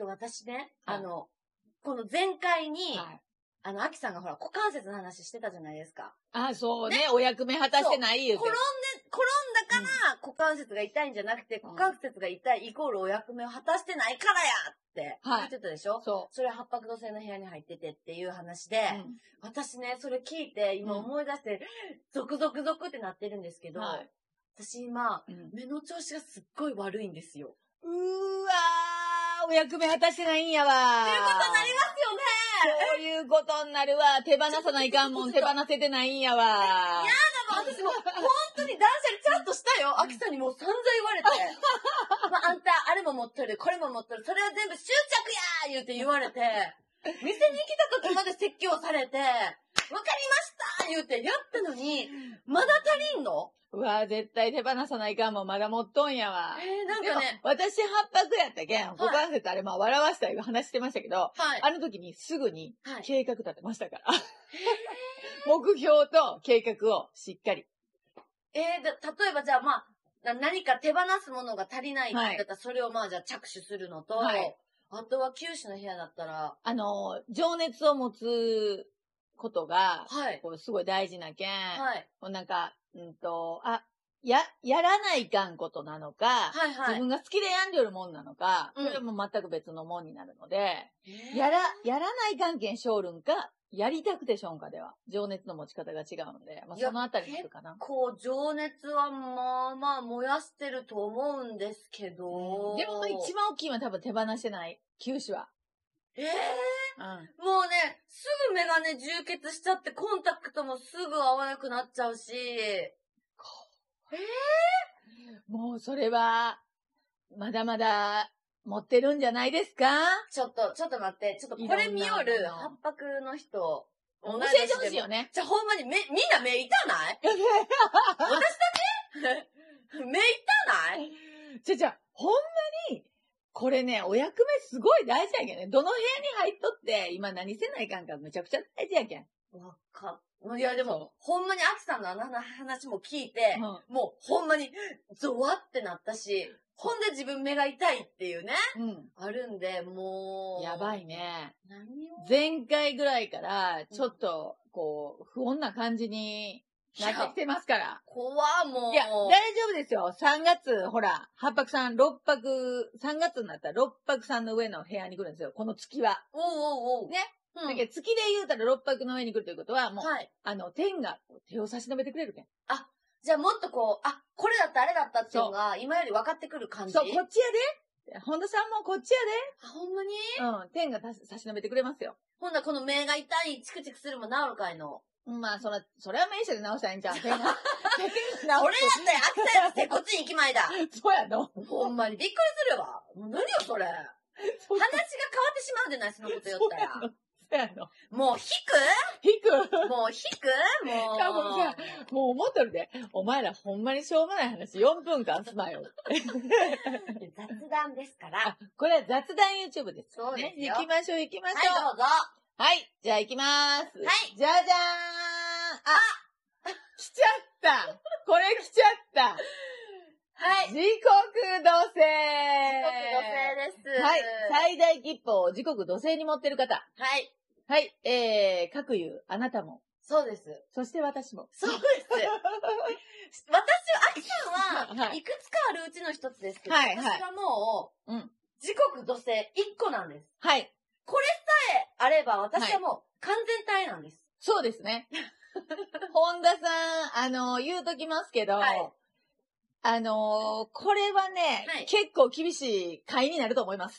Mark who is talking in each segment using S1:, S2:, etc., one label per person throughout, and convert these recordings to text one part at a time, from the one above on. S1: ょっと私ね、
S2: はい
S1: あの、この前回に、
S2: はい
S1: あの、アキさんがほら、股関節の話してたじゃないですか。
S2: あ、そうね。お役目果たしてない言う
S1: 転
S2: て
S1: んで、転んだから、股関節が痛いんじゃなくて、
S2: うん
S1: 股関節が痛いイコールお役目を果たしてないからやって、
S2: はい
S1: 言ってたでしょ、
S2: そ
S1: それは八白土星の部屋に入っててっていう話で、
S2: う。
S1: 私ね、それ聞いて、今
S2: うん
S1: 思い出して、ゾクゾクゾクってなってるんですけ
S2: うん
S1: ど、
S2: はい
S1: 私今、
S2: うん
S1: 目の調子がすっごい悪いんですよ。
S2: うーわー、お役目果たしてないんやわー。
S1: ということになりますよね
S2: そういうことになるわ。手放さないかんもん、手放せてないんやわ。
S1: なんか私も、本当に断捨離ちゃんとしたよ。アキさんにもう散々言われて。 まあ、あんた、あれも持っとる、これも持っとる、それは全部執着やー言うて言われて、店に来た時まで説教されて、わかりましたー言うてやったのに、まだ足りんの
S2: うわー、絶対手放さないかんもん、まだ持っとんやわ。
S1: えー、なん
S2: でも
S1: かね、、
S2: 私八白やったけん、
S1: い
S2: 股関節あれ、まあ、笑わしたいう話してましたけど、
S1: はい。
S2: あの時にすぐに
S1: はい。
S2: 計画立てましたから。 目標と計画をしっかり。
S1: えー、だ例えばじゃあまあ、な何か手放すものが足りないんだ
S2: はい
S1: ったら、それをまあじゃあ着手するのと、
S2: はい
S1: あとは九州の部屋だったら、
S2: あの、情熱を持つことが、
S1: はい。
S2: こうすごい大事なけん、
S1: はい。
S2: もうなんか、うんと、あ、や、やらないかんことなのか、
S1: はいはい
S2: 自分が好きで病んでるもんなのか、
S1: うん
S2: それも全く別のもんになるので、
S1: えー
S2: やら、やらない関係しょうるんか、やりたくてしょうんかでは、情熱の持ち方が違うので、まあ、
S1: いや
S2: そのあたりになるかな。
S1: こう、情熱はまあまあ燃やしてると思うんですけど。
S2: でも一番大きいのは多分手放してない、九死は。
S1: ええ
S2: うん。
S1: もうね、すぐメガネ充血しちゃってコンタクトもすぐ合わなくなっちゃうし。
S2: もうそれは、まだまだ持ってるんじゃないですか
S1: ちょっと、ちょっと待って、ちょっとこれ見よ
S2: い
S1: る、
S2: ろんな
S1: 八白の人。
S2: 教
S1: 同い年
S2: えて
S1: でも
S2: ほしいよね。
S1: じゃあほんまに目、みんな目痛ない 目痛ない
S2: じゃじゃ、ほんまに、これね、お役目すごい大事やけんね。どの部屋に入っとって、今何せないかんかめちゃくちゃ大事やけん。
S1: わかっ、いやでも、ほんまにアキさんのあの話も聞いて、
S2: う
S1: もうほんまにゾワってなったし、ほんで自分目が痛いっていうね、
S2: ん。
S1: あるんで、もう。
S2: やば
S1: い。
S2: いね。
S1: 何を
S2: 前回ぐらいから、ちょっと、こう、不穏な感じになってきてますから。
S1: 怖もう。
S2: いや、大丈夫ですよ。3月、ほら、八泊さん、六泊、3月になったら六泊さんの上の部屋に来るんですよ。この月は。
S1: おうおうおう。
S2: ね。
S1: う
S2: だ
S1: ん、
S2: けど月で言うたら六泊の上に来るということは、もう、
S1: はい。
S2: あの、天が手を差し伸べてくれるけん。
S1: じゃあもっとこう、あ、これだったあれだったっていうのが、今より分かってくる感じ。
S2: そう、こっちやで。本田さんもこっち
S1: あ、ほんまに
S2: やで。うん、天がたし差し伸べてくれますよ。
S1: ほんならこの目が痛い、チクチクするも治るかいの。
S2: まあ、そら、それは名車で直したらいい んじゃん。天が。天
S1: 俺だ
S2: が直
S1: ったらアキさんやせこっちに行きまいだ。
S2: す。そうやの。
S1: ほんまにびっくりするわ。もう何よそれ。話が
S2: そう
S1: 変わってしまうじゃない、そのこと言ったら。
S2: そうやの。
S1: もう引く
S2: ひく、
S1: もう引くもう。
S2: 多分さもう思っとるで。お前らほんまにしょうもない話、4分間すなよ。
S1: 雑談ですから。
S2: あ、これは雑談 YouTube です。
S1: そうですよ
S2: 行きましょう、行きましょ。、
S1: はいうどうぞ。
S2: はい、じゃあ行きます。
S1: はい。
S2: じゃじゃーんあ来ちゃったこれ来ちゃった
S1: はい。
S2: 時刻土星
S1: 僕女性です。
S2: はい。最大切符を時刻土星に持ってる方。
S1: はい。
S2: はい。えー、各有、あなたも。
S1: そうです。
S2: そして私も。
S1: そうです。私は、アキさんは、
S2: はい
S1: いくつかあるうちの一つですけど、
S2: はいはい
S1: 私はもう、
S2: うん
S1: 時刻土星一個なんです。
S2: はい。
S1: さえあれば、私はもう完全体なんです。
S2: そうで すね。本田さん、あのー言うときますけど、
S1: はい
S2: あのーこれはね、
S1: はい
S2: 結構厳しい会になると思います。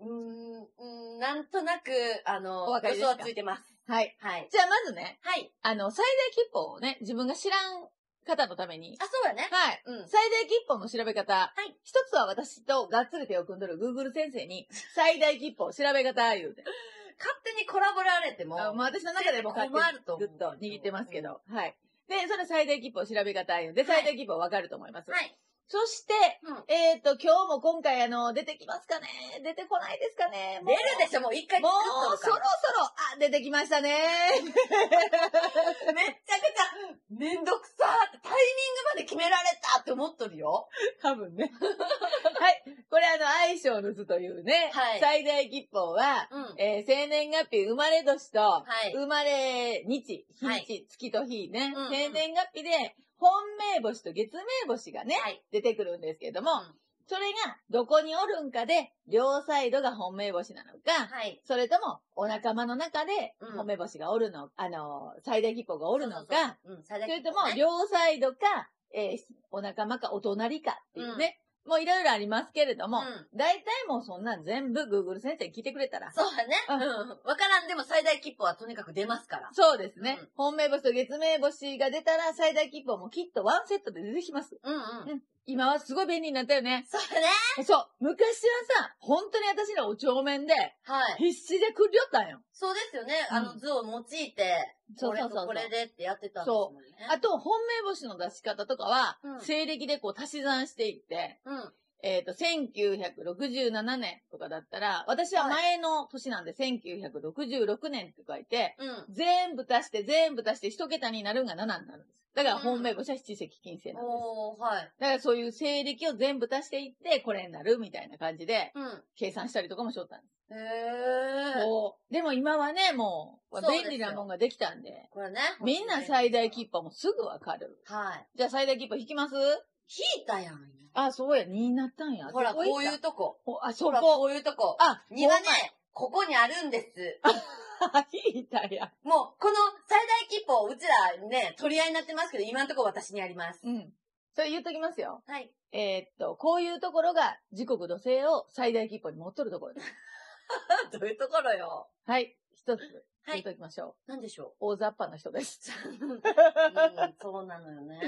S1: うーん、うんなんとなく、あの、
S2: お分か
S1: 予
S2: りです
S1: 想
S2: か
S1: はついてます。
S2: はい。
S1: はい。
S2: じゃあまずね、
S1: はい。
S2: あの、最大切符をね、自分が知らん方のために
S1: あ、、そうやね。
S2: はい。
S1: うん。
S2: 最大切符の調べ方。
S1: はい
S2: 一つは私とがっつり手を組んどる Google 先生に、最大切符を調べ方言 うて。
S1: 勝手にコラボられても、
S2: あまあ私の中でも勝手
S1: 困ると
S2: に
S1: 思
S2: ぐ
S1: う
S2: っと握ってますけど。はい。で、その最大切符を調べ方言うて、
S1: はい
S2: 最大切符はわかると思います。
S1: はい。
S2: そして、
S1: うん
S2: えっ、と、今日も今回あの、出てきますかね出てこないですかねも
S1: 出
S2: う
S1: るでしょ、もう一回
S2: も
S1: 作
S2: う
S1: っ
S2: そ
S1: と
S2: ろそ
S1: る
S2: ろ、あ、出てきまし たね。
S1: から。めっちゃくちゃ、めんどくさーって、タイミングまで決められたって思っとるよ。
S2: 多分ね。 はい。これあの、愛称の図というね、
S1: はい
S2: 最大吉報は、
S1: うん。は
S2: えー生年月日、生まれ年と、
S1: い。
S2: 生まれ日、日
S1: は
S2: に
S1: い
S2: ち、月と日ね、
S1: うんうん
S2: 生年月日で、本命星と月命星がね、
S1: はい。
S2: 出てくるんですけれども、
S1: うん
S2: それがどこにおるんかで、両サイドが本命星なのか、
S1: はい。
S2: それともお仲間の中で
S1: うん
S2: 本命星がおるの、あの、最大規模がおる
S1: そ
S2: のか、
S1: うそうそう、うん、最
S2: そ
S1: 大
S2: れとも両サイドか、えーお仲間かお隣かっていうね、もういろいろありますけれど
S1: う
S2: も、
S1: ん
S2: 大体もうそんなん全部 Google 先生に聞いてくれたら、
S1: そうだね。
S2: う
S1: うんん。わからんでも最大切符はとにかく出ますから。
S2: そうですね。
S1: うん
S2: 本命星と月命星が出たら最大切符もきっとワンセットで出てきます。
S1: うんうん。
S2: 今はすごい便利になったよね。
S1: そうだね。
S2: そう。昔はさ、本当に私らお帳面で
S1: はい。
S2: 必死でくりよったんよ。
S1: そうですよね。
S2: うん
S1: あの図を用いて、
S2: そ
S1: こ
S2: うそう
S1: れ
S2: そう
S1: とこれでってやってたんですもんね。
S2: あと、本命星の出し方とかは、
S1: うん
S2: 西暦でこう足し算していって、
S1: うん。
S2: えっ、と、1967年とかだったら、私は前の年なんで、1966年って書いて、
S1: うん。
S2: 全部足して、全部足して、一桁になるんが7になるんです。だから、本命星は七石金星なんです。
S1: おー、はい。
S2: だからそういう西暦を全部足していって、これになるみたいな感じで、
S1: うん。
S2: 計算したりとかもしとったんです。
S1: へえ。
S2: こうでも今はね、もう
S1: そう、ですよ
S2: 便利なもんができたんで、
S1: これね。
S2: みんな最大切符はもうすぐわかる。
S1: はい。
S2: じゃあ最大切符引きます
S1: 引いたやん。
S2: あ、そうや、2になったんや。
S1: ほら、
S2: ど行
S1: こ
S2: っ
S1: う
S2: た
S1: いう。とこ。
S2: ほあ、そ
S1: ほら、こ
S2: こ。
S1: ういうとこ。
S2: あ、
S1: 2はね
S2: ほんまや、
S1: ここにあるんです。
S2: あ、引いたや。
S1: もう、この最大切符をうちらね、取り合いになってますけど、今のとこ私にあります。
S2: うん。それ言っときますよ。
S1: はい。
S2: えーっと、こういうところが時刻土星を最大切符に持っとるところです。
S1: どういうところよ。
S2: はい。一
S1: は
S2: つ、言っ
S1: い。
S2: ときましょう。
S1: なんでしょ
S2: 大雑把な人です。
S1: う。 うん、そうなのよね。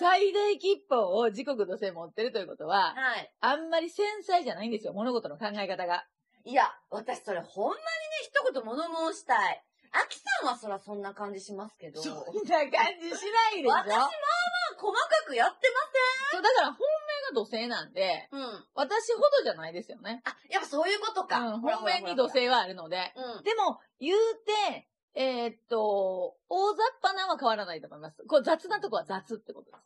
S2: 最大切符を時刻土星持ってるということは、
S1: はい。
S2: あんまり繊細じゃないんですよ、物事の考え方が。
S1: いや、私それほんまにね、一言物申したい。アキさんはそらそんな感じしますけど。
S2: そん
S1: ま
S2: な
S1: あ
S2: 感じしないでしょ
S1: 私は細かくやって
S2: そう、だから本命が土星なんで、
S1: ます。うん。
S2: 私ほどじゃないですよね。
S1: あ、やっぱそういうことか。
S2: うん、
S1: ほら
S2: 本
S1: ほら
S2: 命
S1: ほら
S2: に土。星はあるので。
S1: うん。
S2: でも、言うて、えーっと、大雑把なんは変わらないと思います。こう雑なとこは雑ってことです。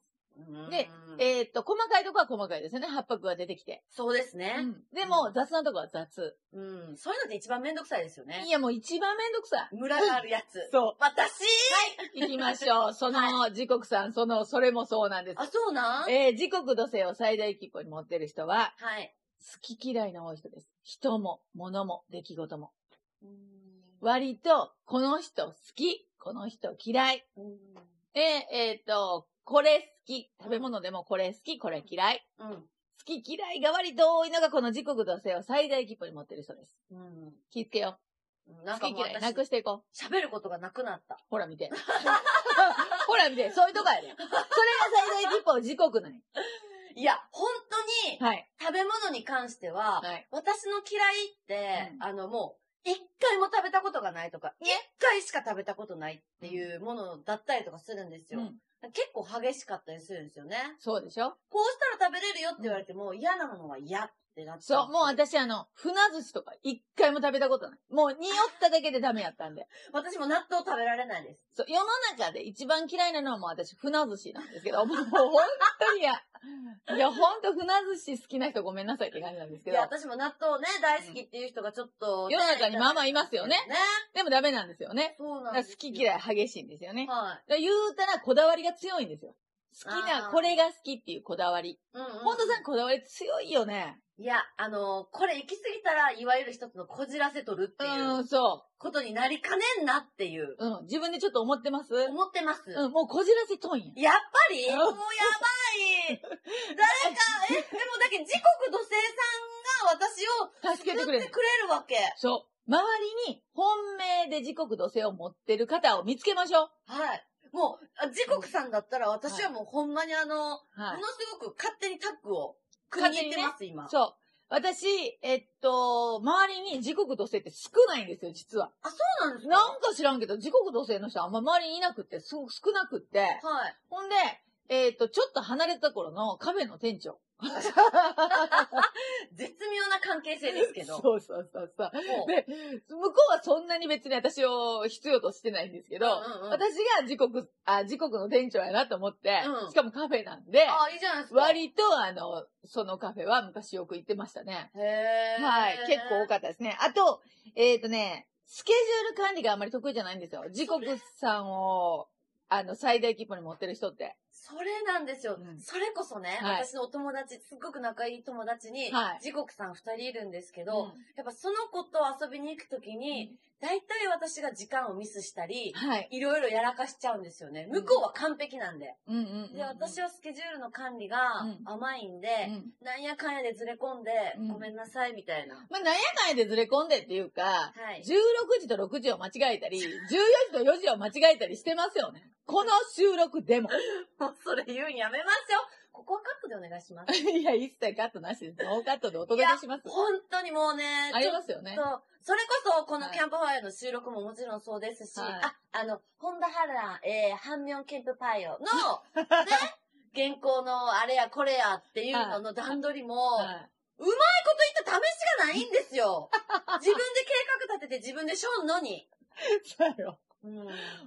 S2: で
S1: え、
S2: えーっと、細かいとこは細かいですよね。八白が出てきて。
S1: そうです
S2: う
S1: ね。
S2: ん、でも、雑なとこは雑。
S1: うん。そういうのって一番めんどくさいですよね
S2: い。や、もう一番めんどくさい。
S1: ムラがあるやつ。
S2: そ
S1: 私
S2: う。行きましょう。その、時刻さん、その、それもそうなんです。
S1: あ、そうなん
S2: えー時刻土星を最大規模に持ってる人は、
S1: はい。
S2: 好き嫌いの多い人です。人も、物も、出来事も。割と、この人好き、この人嫌い。
S1: うん。
S2: で、えっ、と、これ好き。食べ物でもこれ好き、これ嫌い。
S1: うん。
S2: 好き嫌いが割と多いのがこの時刻土星を最大規模に持ってる人です。
S1: うん。
S2: 気ぃつけよう。
S1: な
S2: 好
S1: んか
S2: き
S1: もう
S2: 嫌い
S1: 私
S2: なくしていこう。
S1: 喋ることがなくなった。
S2: ほら見て。 ほら見て、そういうとこやで。それが最大規模時刻なんや
S1: いや、本当に、
S2: はい。
S1: 食べ物に関しては、
S2: はい
S1: 私の嫌いって、
S2: うん
S1: あのもう、一回も食べたことがないとか、一、
S2: ね
S1: 回しか食べたことないっていうものだったりとかするんですよ。
S2: うん
S1: 結構激しかったりするんですよね。
S2: そうでしょ
S1: こうしたら食べれるよって言われても、嫌なものは嫌ってなっちゃ
S2: そう、もう私あの、船寿司とか一回も食べたことない。もう匂っただけでダメやったんで。
S1: 私も納豆食べられないです。
S2: そう、世の中で一番嫌いなのはもう私、船寿司なんで すけど、もう本当にや、いや、本当船寿司好きな人ごめんなさいって感じなんですけ
S1: い
S2: ど
S1: や、、私も納豆ね、大好きっていう人がちょっと、
S2: うん世の中にまあまあいますよね
S1: ね。
S2: でもダメなんですよね。
S1: そうな
S2: だ
S1: んで
S2: から
S1: す
S2: 好き嫌い激しいんですよ
S1: いはい。
S2: ね。だから言うたらこだわりが強いんですよ。好き
S1: あ
S2: な、
S1: ー
S2: これが好きっていうこだわり。
S1: うん、うん。
S2: 本当さんこだわり強いよね。
S1: いや、あのこれ行き過ぎたら、いわゆる一つのこじらせとるっていう。
S2: うん、そ
S1: ことになりかねんなっていう、
S2: う。うん、自分でちょっと思ってますう
S1: 思ってます。
S2: ん、もうこじらせとんや。
S1: やっぱり
S2: うん
S1: もうやばい誰か、え、でもだけど時刻土星さんが私を
S2: 助けてくれ
S1: 救ってくれるわけ。
S2: そう。周りに本命で時刻土星を持ってる方を見つけましょう。
S1: はい。もう、あ時刻さんだったら私はもうほんまにあの、
S2: はい
S1: もの。すごく勝手にタッグを組みに行ってます、今。
S2: そう。私、えっと、周りに時刻土星って少ないんですよ、実は。
S1: そうなんです
S2: なんか知らんけど、時刻土星の人あんま周りにいなくって、すごく少なくって。
S1: はい。
S2: ほんで、えっ、と、ちょっと離れたところのカフェの店長。
S1: 絶妙な関係性ですけど。
S2: そうそうそうそう。
S1: もう
S2: で、向こうはそんなに別に私を必要としてないんですけど、
S1: うんうんうん
S2: 私が時刻、あ、時刻の店長やなと思って、
S1: うん
S2: しかもカフェなんで、
S1: あ、いいじゃないですか。
S2: 割とあの、そのカフェは昔よく行ってましたね。
S1: へー
S2: はい。結構多かったですね。あと、えっ、とね、スケジュール管理があんまり得意じゃないんですよ。時刻さんを、あの、最大規模に持ってる人って。
S1: それなんですよ。
S2: うん
S1: それこそね、
S2: はい
S1: 私のお友達、すっごく仲いい友達に、
S2: はい
S1: 時刻さん二人いるんですけ
S2: う
S1: ど、
S2: ん
S1: やっぱその子と遊びに行くときに、大体私が時間をミスしたり、
S2: はい。
S1: いろいろやらかしちゃうんですよね。向こうは完璧なんで。
S2: うんうんうんうん
S1: で、私はスケジュールの管理が
S2: うん
S1: 甘いんで、
S2: うん
S1: なんやかんやでずれ込んで、
S2: うん
S1: ごめんなさい、みたいな。は
S2: まあ、なんやかんやでずれ込んでっていうか、
S1: い。
S2: 16時と6時を間違えたり、14時と4時を間違えたりしてますよね。この収録でも。
S1: もうそれ言うんやめますよ。ここはカットでお願いします。
S2: いや、一切カットなしです。ノーカットでお届けします。
S1: 本当にもうね、
S2: ありますよ
S1: ち
S2: ね
S1: ょ。っと、それこそこの
S2: はい
S1: キャンプファイアの収録ももちろんそうですし、
S2: はい
S1: あ、あの、ホンダハラン、えー、ハンミョンキャンプファイアの、 ね、原稿のあれやこれやっていうのの段取りも、
S2: は
S1: ないこと言った試しがないんですよ。 自分で計画立てて自分でしょんのに。
S2: い。そうやろ。
S1: うん。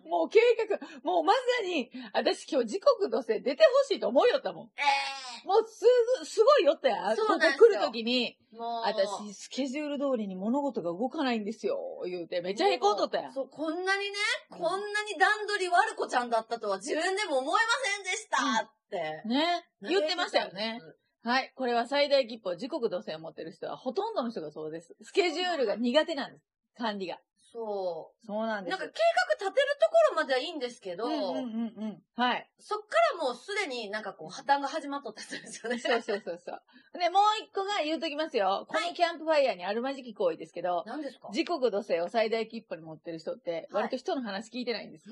S2: もう計画、もうまさに、私今日時刻として出てほしいと思うよったもん。
S1: え
S2: もうすぐ、すごいよったや。
S1: そうなんですよ
S2: ここ来るときに、
S1: えー、もう。
S2: 私、スケジュール通りに物事が動かないんですよ、言うて、めっちゃへこんどったやん。
S1: そう、こんなにね、
S2: うん
S1: こんなに段取り悪子ちゃんだったとは自分でも思いませんでしたって。
S2: ね。言ってましたよね。。はい。これは最大切符、時刻同線を持ってる人は、ほとんどの人がそうです。スケジュールが苦手なんです。管理が。
S1: そ
S2: そうなん
S1: う。
S2: で
S1: な
S2: す
S1: んか。計画立てるところまではいいんですけど、
S2: うんうんうんうん。はい。
S1: そっからもうすでになんかこう破綻が始まっとったりするんですよね。
S2: そうそうそうそう。で、もう一個が言うときますよ。このキャンプファイヤーにあるまじき行為ですけど、
S1: 何ですか
S2: 時刻土星を最大切符に持ってる人って、
S1: はい
S2: 割と人の話聞いてない んです。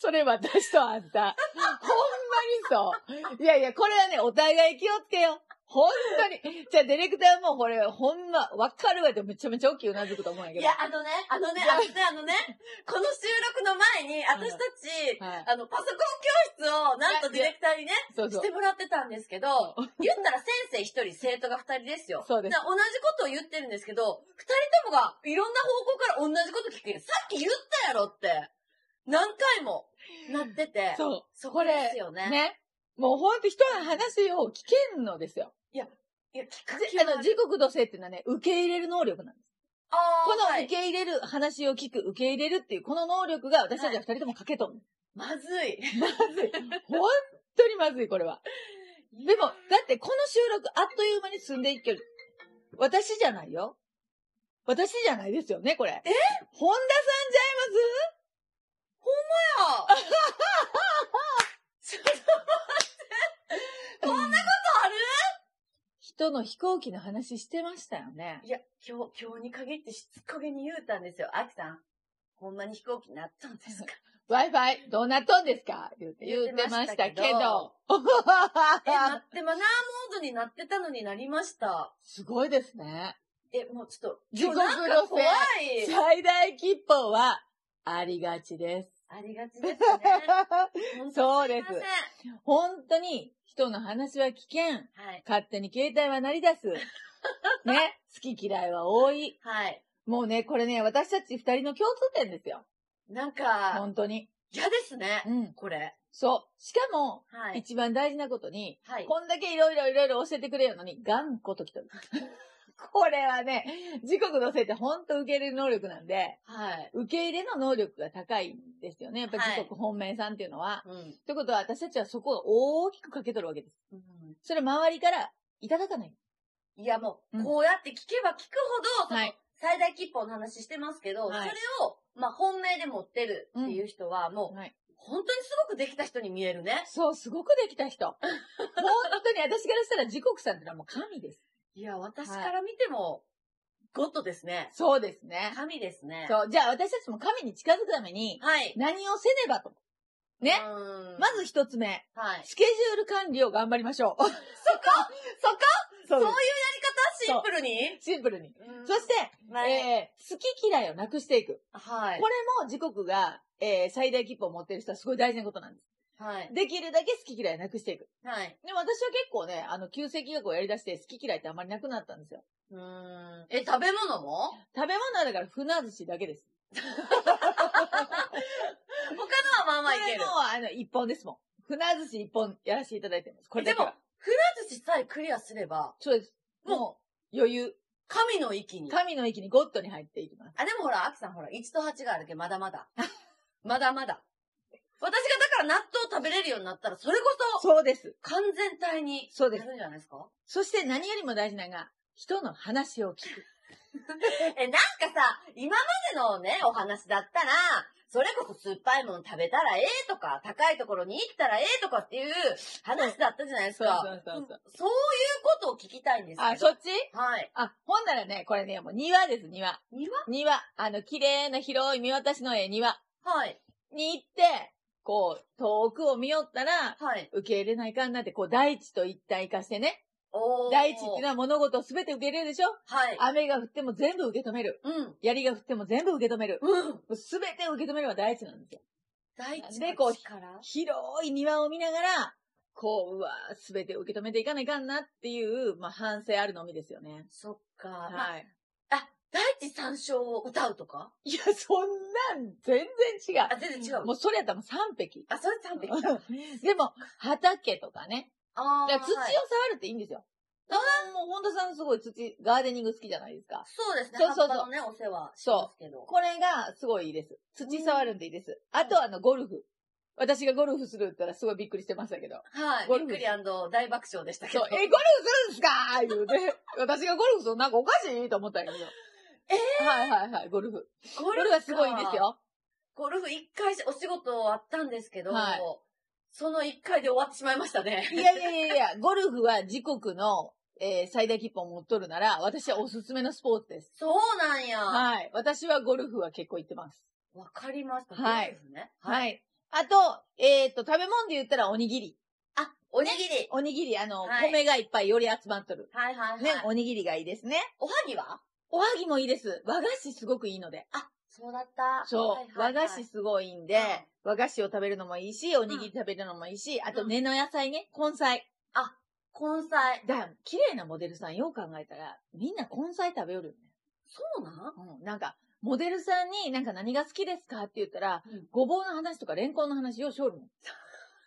S2: それ私とあんた。ほんまにそう。いやいや、これはね、お互い気をつけよう。ほんとに。じゃあ、ディレクターもこれ、ほんま、わかるわってめちゃめちゃ大きいうなずくと思うんやけ
S1: い
S2: ど。
S1: や、あのね、あのね、あのね、あのね、この収録の前に私たち、
S2: はい。
S1: あの、パソコン教室をなんとディレクターにね、
S2: そうそ
S1: して。
S2: う
S1: もらってたんです けど、言ったら先生一人、生徒が二人ですよ。
S2: そうです
S1: だから同じことを言ってるんですけど、二人ともがいろんな方向から同じこと聞く。さっき言ったやろって、何回もなってて。う。
S2: そ
S1: そこですよ
S2: う。
S1: ね。
S2: ね。もうほんと人の話を聞けんのですよ。
S1: いや、聞く
S2: で
S1: 気
S2: あの、時刻土星っていうのはね、受け入れる能力なんです。
S1: あ
S2: こ
S1: ー
S2: の
S1: は
S2: 受
S1: い
S2: け入れる、話を聞く、受け入れるっていう、この能力が私たちは二人とも欠けとんねん
S1: まずい。
S2: 本当にまずい、これは。 でも、だってこの収録、あっという間に進んでいける。私じゃないよ。私じゃないですよね、これ。え本田さんじ
S1: ちょっと待って。こんなことある
S2: ゃいます人の飛行機の話してましたよね。
S1: いや、今日、今日に限ってしつこげに言うたんですよ。あきさん、ほんまに飛行機になったん ですか
S2: Wi-Fi、どうなっとんですか言うて
S1: 言う
S2: 言う
S1: て
S2: て
S1: ま
S2: ま
S1: し
S2: したた
S1: け
S2: け
S1: ど
S2: ど。
S1: え、なって、マナーモードになってたのになりました。
S2: すごいですね。
S1: え、もうちょっと、
S2: 地獄
S1: 今日なんか怖い。
S2: 最大切符は、ありがちです。
S1: ありがちです ね。本当
S2: そうです
S1: いません
S2: 本当に、人の話は危険。
S1: はい。
S2: 勝手に携帯は鳴り出す。ね。好き嫌いは多い。
S1: はい。
S2: もうね、これね、私たち二人の共通点ですよ。
S1: なんか、
S2: 本当に。
S1: 嫌ですね
S2: う。ん。
S1: これ。
S2: そう。しかも、
S1: はい。
S2: 一番大事なことに、
S1: はい。
S2: こんだけいろいろいろいろ教えてくれるのに、頑固ときとる。これはね、時刻のせいって本当受け入れる能力なんで、
S1: はい。
S2: 受け入れの能力が高いんですよね。やっぱり時刻本命さんっていうのは。
S1: うん。
S2: ということは、私たちはそこを大きくかけとるわけです。
S1: うん
S2: それ周りからいただかない。
S1: いやも
S2: う
S1: う、
S2: ん
S1: こうやって聞けば聞くほど、その
S2: はい
S1: 最大切符の話してますけど、
S2: はい
S1: それを、まあ、本命で持ってるっていう人は、もう、
S2: はい
S1: 本当にすごくできた人に見えるね。
S2: そう、すごくでき た人。本当に私からしたら時刻さんってのはもう神です。
S1: いや、私から見ても、ゴッドですね。
S2: そうですね。
S1: 神ですね。
S2: そう。じゃあ私たちも神に近づくために、
S1: はい。
S2: 何をせねばと。ね
S1: うーん
S2: ま、ず一つ目、
S1: はい。
S2: スケジュール管理を頑張りましょう。
S1: そこそこ
S2: そ
S1: そういうう
S2: で
S1: や
S2: す
S1: りシンプルに
S2: シンプルに。
S1: うん
S2: そして、
S1: はい
S2: えー好き嫌いをなくしていく。
S1: はい
S2: こ。れも時刻が、えー最大切符を持ってる人はすごい大事なことなんで
S1: はい
S2: す。。できるだけ好き嫌いなくしていく。
S1: はい。
S2: でも私は結構ね、あの、急性気学をやり出して好き嫌いってあんまりなくなったんですよ。
S1: うーん。え、食べ物も
S2: 食べ物はだから船寿司だけです。
S1: 他のはまあまあいけ
S2: これ
S1: る
S2: も。あの、一本ですもん。船寿司一本やらせていただいてます。これだけ
S1: で
S2: は。
S1: くら寿司さえクリアすれば、
S2: そうです。
S1: もう
S2: もう、余裕。
S1: 神の域に。
S2: 神の域にゴッドに入っていきます。
S1: あ、でもほら、アキさんほら、1と8があるけど、まだまだ。 まだまだ。私がだから納豆食べれるようになったら、それこそ、
S2: そうです。
S1: 完全体に、
S2: そうです
S1: なるんじゃないですか
S2: そして何よりも大事なのが、人の話を聞く。
S1: え、なんかさ、今までのね、お話だったら、それこそ酸っぱいもの食べたらええとか、高いところに行ったらええとかっていう話だったじゃないですか。
S2: そうそうそう
S1: うんそういうことを聞きたいんですけど。
S2: あ、そっち
S1: はい。
S2: あ、ほんならね、これね、もう庭です、庭。
S1: 庭
S2: 庭。あの、綺麗な広い見渡しのええ庭
S1: はい。
S2: に行って、こう、遠くを見よったら、
S1: はい。
S2: 受け入れないかんなって、こう、大地と一体化してね。
S1: おー
S2: 大地っていうのは物事を全て受け入れるでしょ
S1: はい。
S2: 雨が降っても全部受け止める。
S1: うん。
S2: 槍が降っても全部受け止める。
S1: うん。
S2: 全てを受け止めるのが大地なんですよ。
S1: 大地
S2: でこ
S1: の
S2: う
S1: 力
S2: 広い庭を見ながら、こう、うわすべてを受け止めていかないかんなっていう、まあ、反省あるのみですよね。
S1: そっか。まあ
S2: はい。
S1: あ、大地三章を歌うとか
S2: いや、そんなん、全然違う。
S1: あ、全然違う。
S2: もうそれやったらもう三匹。
S1: あ、それ三匹か。
S2: でも、畑とかね。
S1: あ
S2: だ
S1: ー
S2: から土を触
S1: はい
S2: るっていいんですよ。だからもう本田さんすごい土、ガーデニング好きじゃないですか。
S1: そうですね。
S2: そうそうそ
S1: 葉
S2: う
S1: っぱのね、お世話しますけど。
S2: これがすごいいいです。土触るんでいいです。あとあの、ゴルフ。私がゴルフするって言ったらすごいびっくりしてましたけど。
S1: はい。
S2: ゴ
S1: び
S2: ル
S1: っ
S2: フ
S1: くり大爆笑でしたけ
S2: そう
S1: ど。、
S2: え、ゴルフするんすか言うて。私がゴルフするのなんかおかしいと思ったんやけど。
S1: え
S2: はいはいはい、ゴルフ。
S1: ゴ
S2: ゴルフはすごいんです。よ。
S1: ゴルフ一回しお仕事あったんですけど、
S2: はい
S1: その一回で終わってしまいましたね。
S2: いやいやいやいや、ゴルフは時刻の、えー最大切符を持っとるなら、私はおすすめのスポーツです。
S1: そうなんや。わ、
S2: はい。私はゴルフは結構行ってます。
S1: かりました。
S2: はい
S1: ゴルフね。。
S2: はいい。あと、えっ、と、食べ物で言ったらおにぎり。
S1: あ、おにぎり。
S2: おにぎり、あの、
S1: はい
S2: 米がいっぱいより集まっとる。
S1: はいはいはい。
S2: ね、おにぎりがいいですね。
S1: おはぎは
S2: おはぎもいいです。和菓子すごくいいので。
S1: あ、そうだった。
S2: そう、
S1: はいはいはい
S2: 和菓子すごいんで、
S1: うん
S2: 和菓子を食べるのもいいし、おにぎり食べるのもいいし、あと根の野菜ね、根菜。
S1: 根菜。
S2: だ、綺麗なモデルさんよう考えたら、みんな根菜食べよるよね。
S1: そうなん
S2: うん。なんか、モデルさんになんか何が好きですかって言ったら、
S1: うん
S2: ごぼうの話とかレンコンの話ようしょるもん。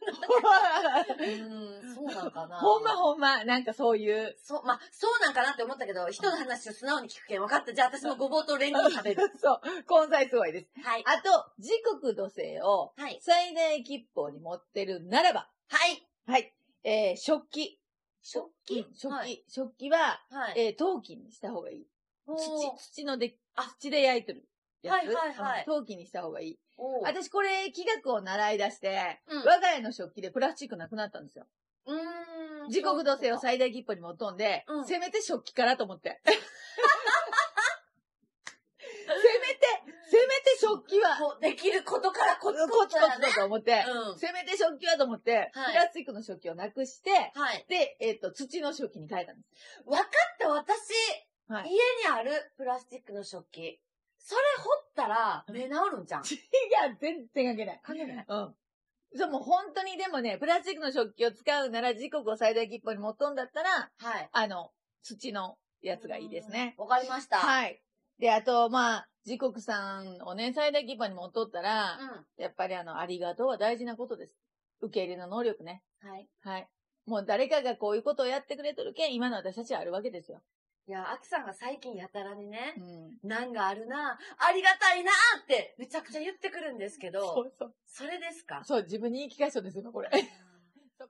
S1: うん、そうなんかな。
S2: ほんまほんま、なんかそういう。
S1: そう、まあ、そうなんかなって思ったけど、人の話を素直に聞くけん分かった。じゃあ私もごぼうとレンコン食 べる。
S2: そう。根菜すごいです。
S1: はい。
S2: あと、時刻土星を
S1: はい。
S2: 最大吉報に持ってるならば、
S1: はい。
S2: はい。えー、食器。
S1: 食
S2: う
S1: 器
S2: ん食器、
S1: はい。
S2: 食器は、
S1: はい。
S2: えー、陶器にした方がいい。
S1: おー
S2: 土、土ので
S1: あ、
S2: 土で焼いてるやつ。
S1: はいはいはい
S2: うん陶器にした方がいい。
S1: おー
S2: 私これ、器楽を習い出して、
S1: うん
S2: 我が家の食器でプラスチックなくなったんですよ。
S1: うーん。
S2: 時刻土星を最大切符に持っとんで、
S1: うん
S2: せめて食器からと思って。せめて、せめて食器は、
S1: こうできることから
S2: コ
S1: コ
S2: ツ
S1: ツ
S2: コ
S1: コ
S2: ツ
S1: ツ
S2: コ
S1: だ
S2: ツ
S1: ね。
S2: だと思って、
S1: うん。
S2: せめて食器はと思って、
S1: はい
S2: プラスチックの食器をなくして、
S1: はい。
S2: で、えっ、と、土の食器に変えたんです。
S1: 分かった、私。
S2: はい
S1: 家にあるプラスチックの食器。それ掘ったら、
S2: うん
S1: 目治るんじゃん。
S2: いや、全然関係ない。
S1: 関係ない。
S2: うん。そう、もう本当にでもね、プラスチックの食器を使うなら、時刻を最大切符に持っとんだったら、
S1: はい。
S2: あの、土の やつがいいですね。
S1: うん。わかりました。い。
S2: はい。で、あと、まあ、時刻さんをね、最大切符に持っとったら、
S1: う
S2: やっぱりあの、ありがとうは大事なことです。受け入れの能力ね。
S1: ん。はい。
S2: はい。もう誰かがこういうことをやってくれとるけん、今の私たちはあるわけですよ。
S1: いや、アキさんが最近やたらにね
S2: う、ん。
S1: 難があるなありがたいなって、めちゃくちゃ言ってくるんですけど、
S2: うそう。
S1: それですか
S2: そう、自分に言い聞かせたんですよ、これ。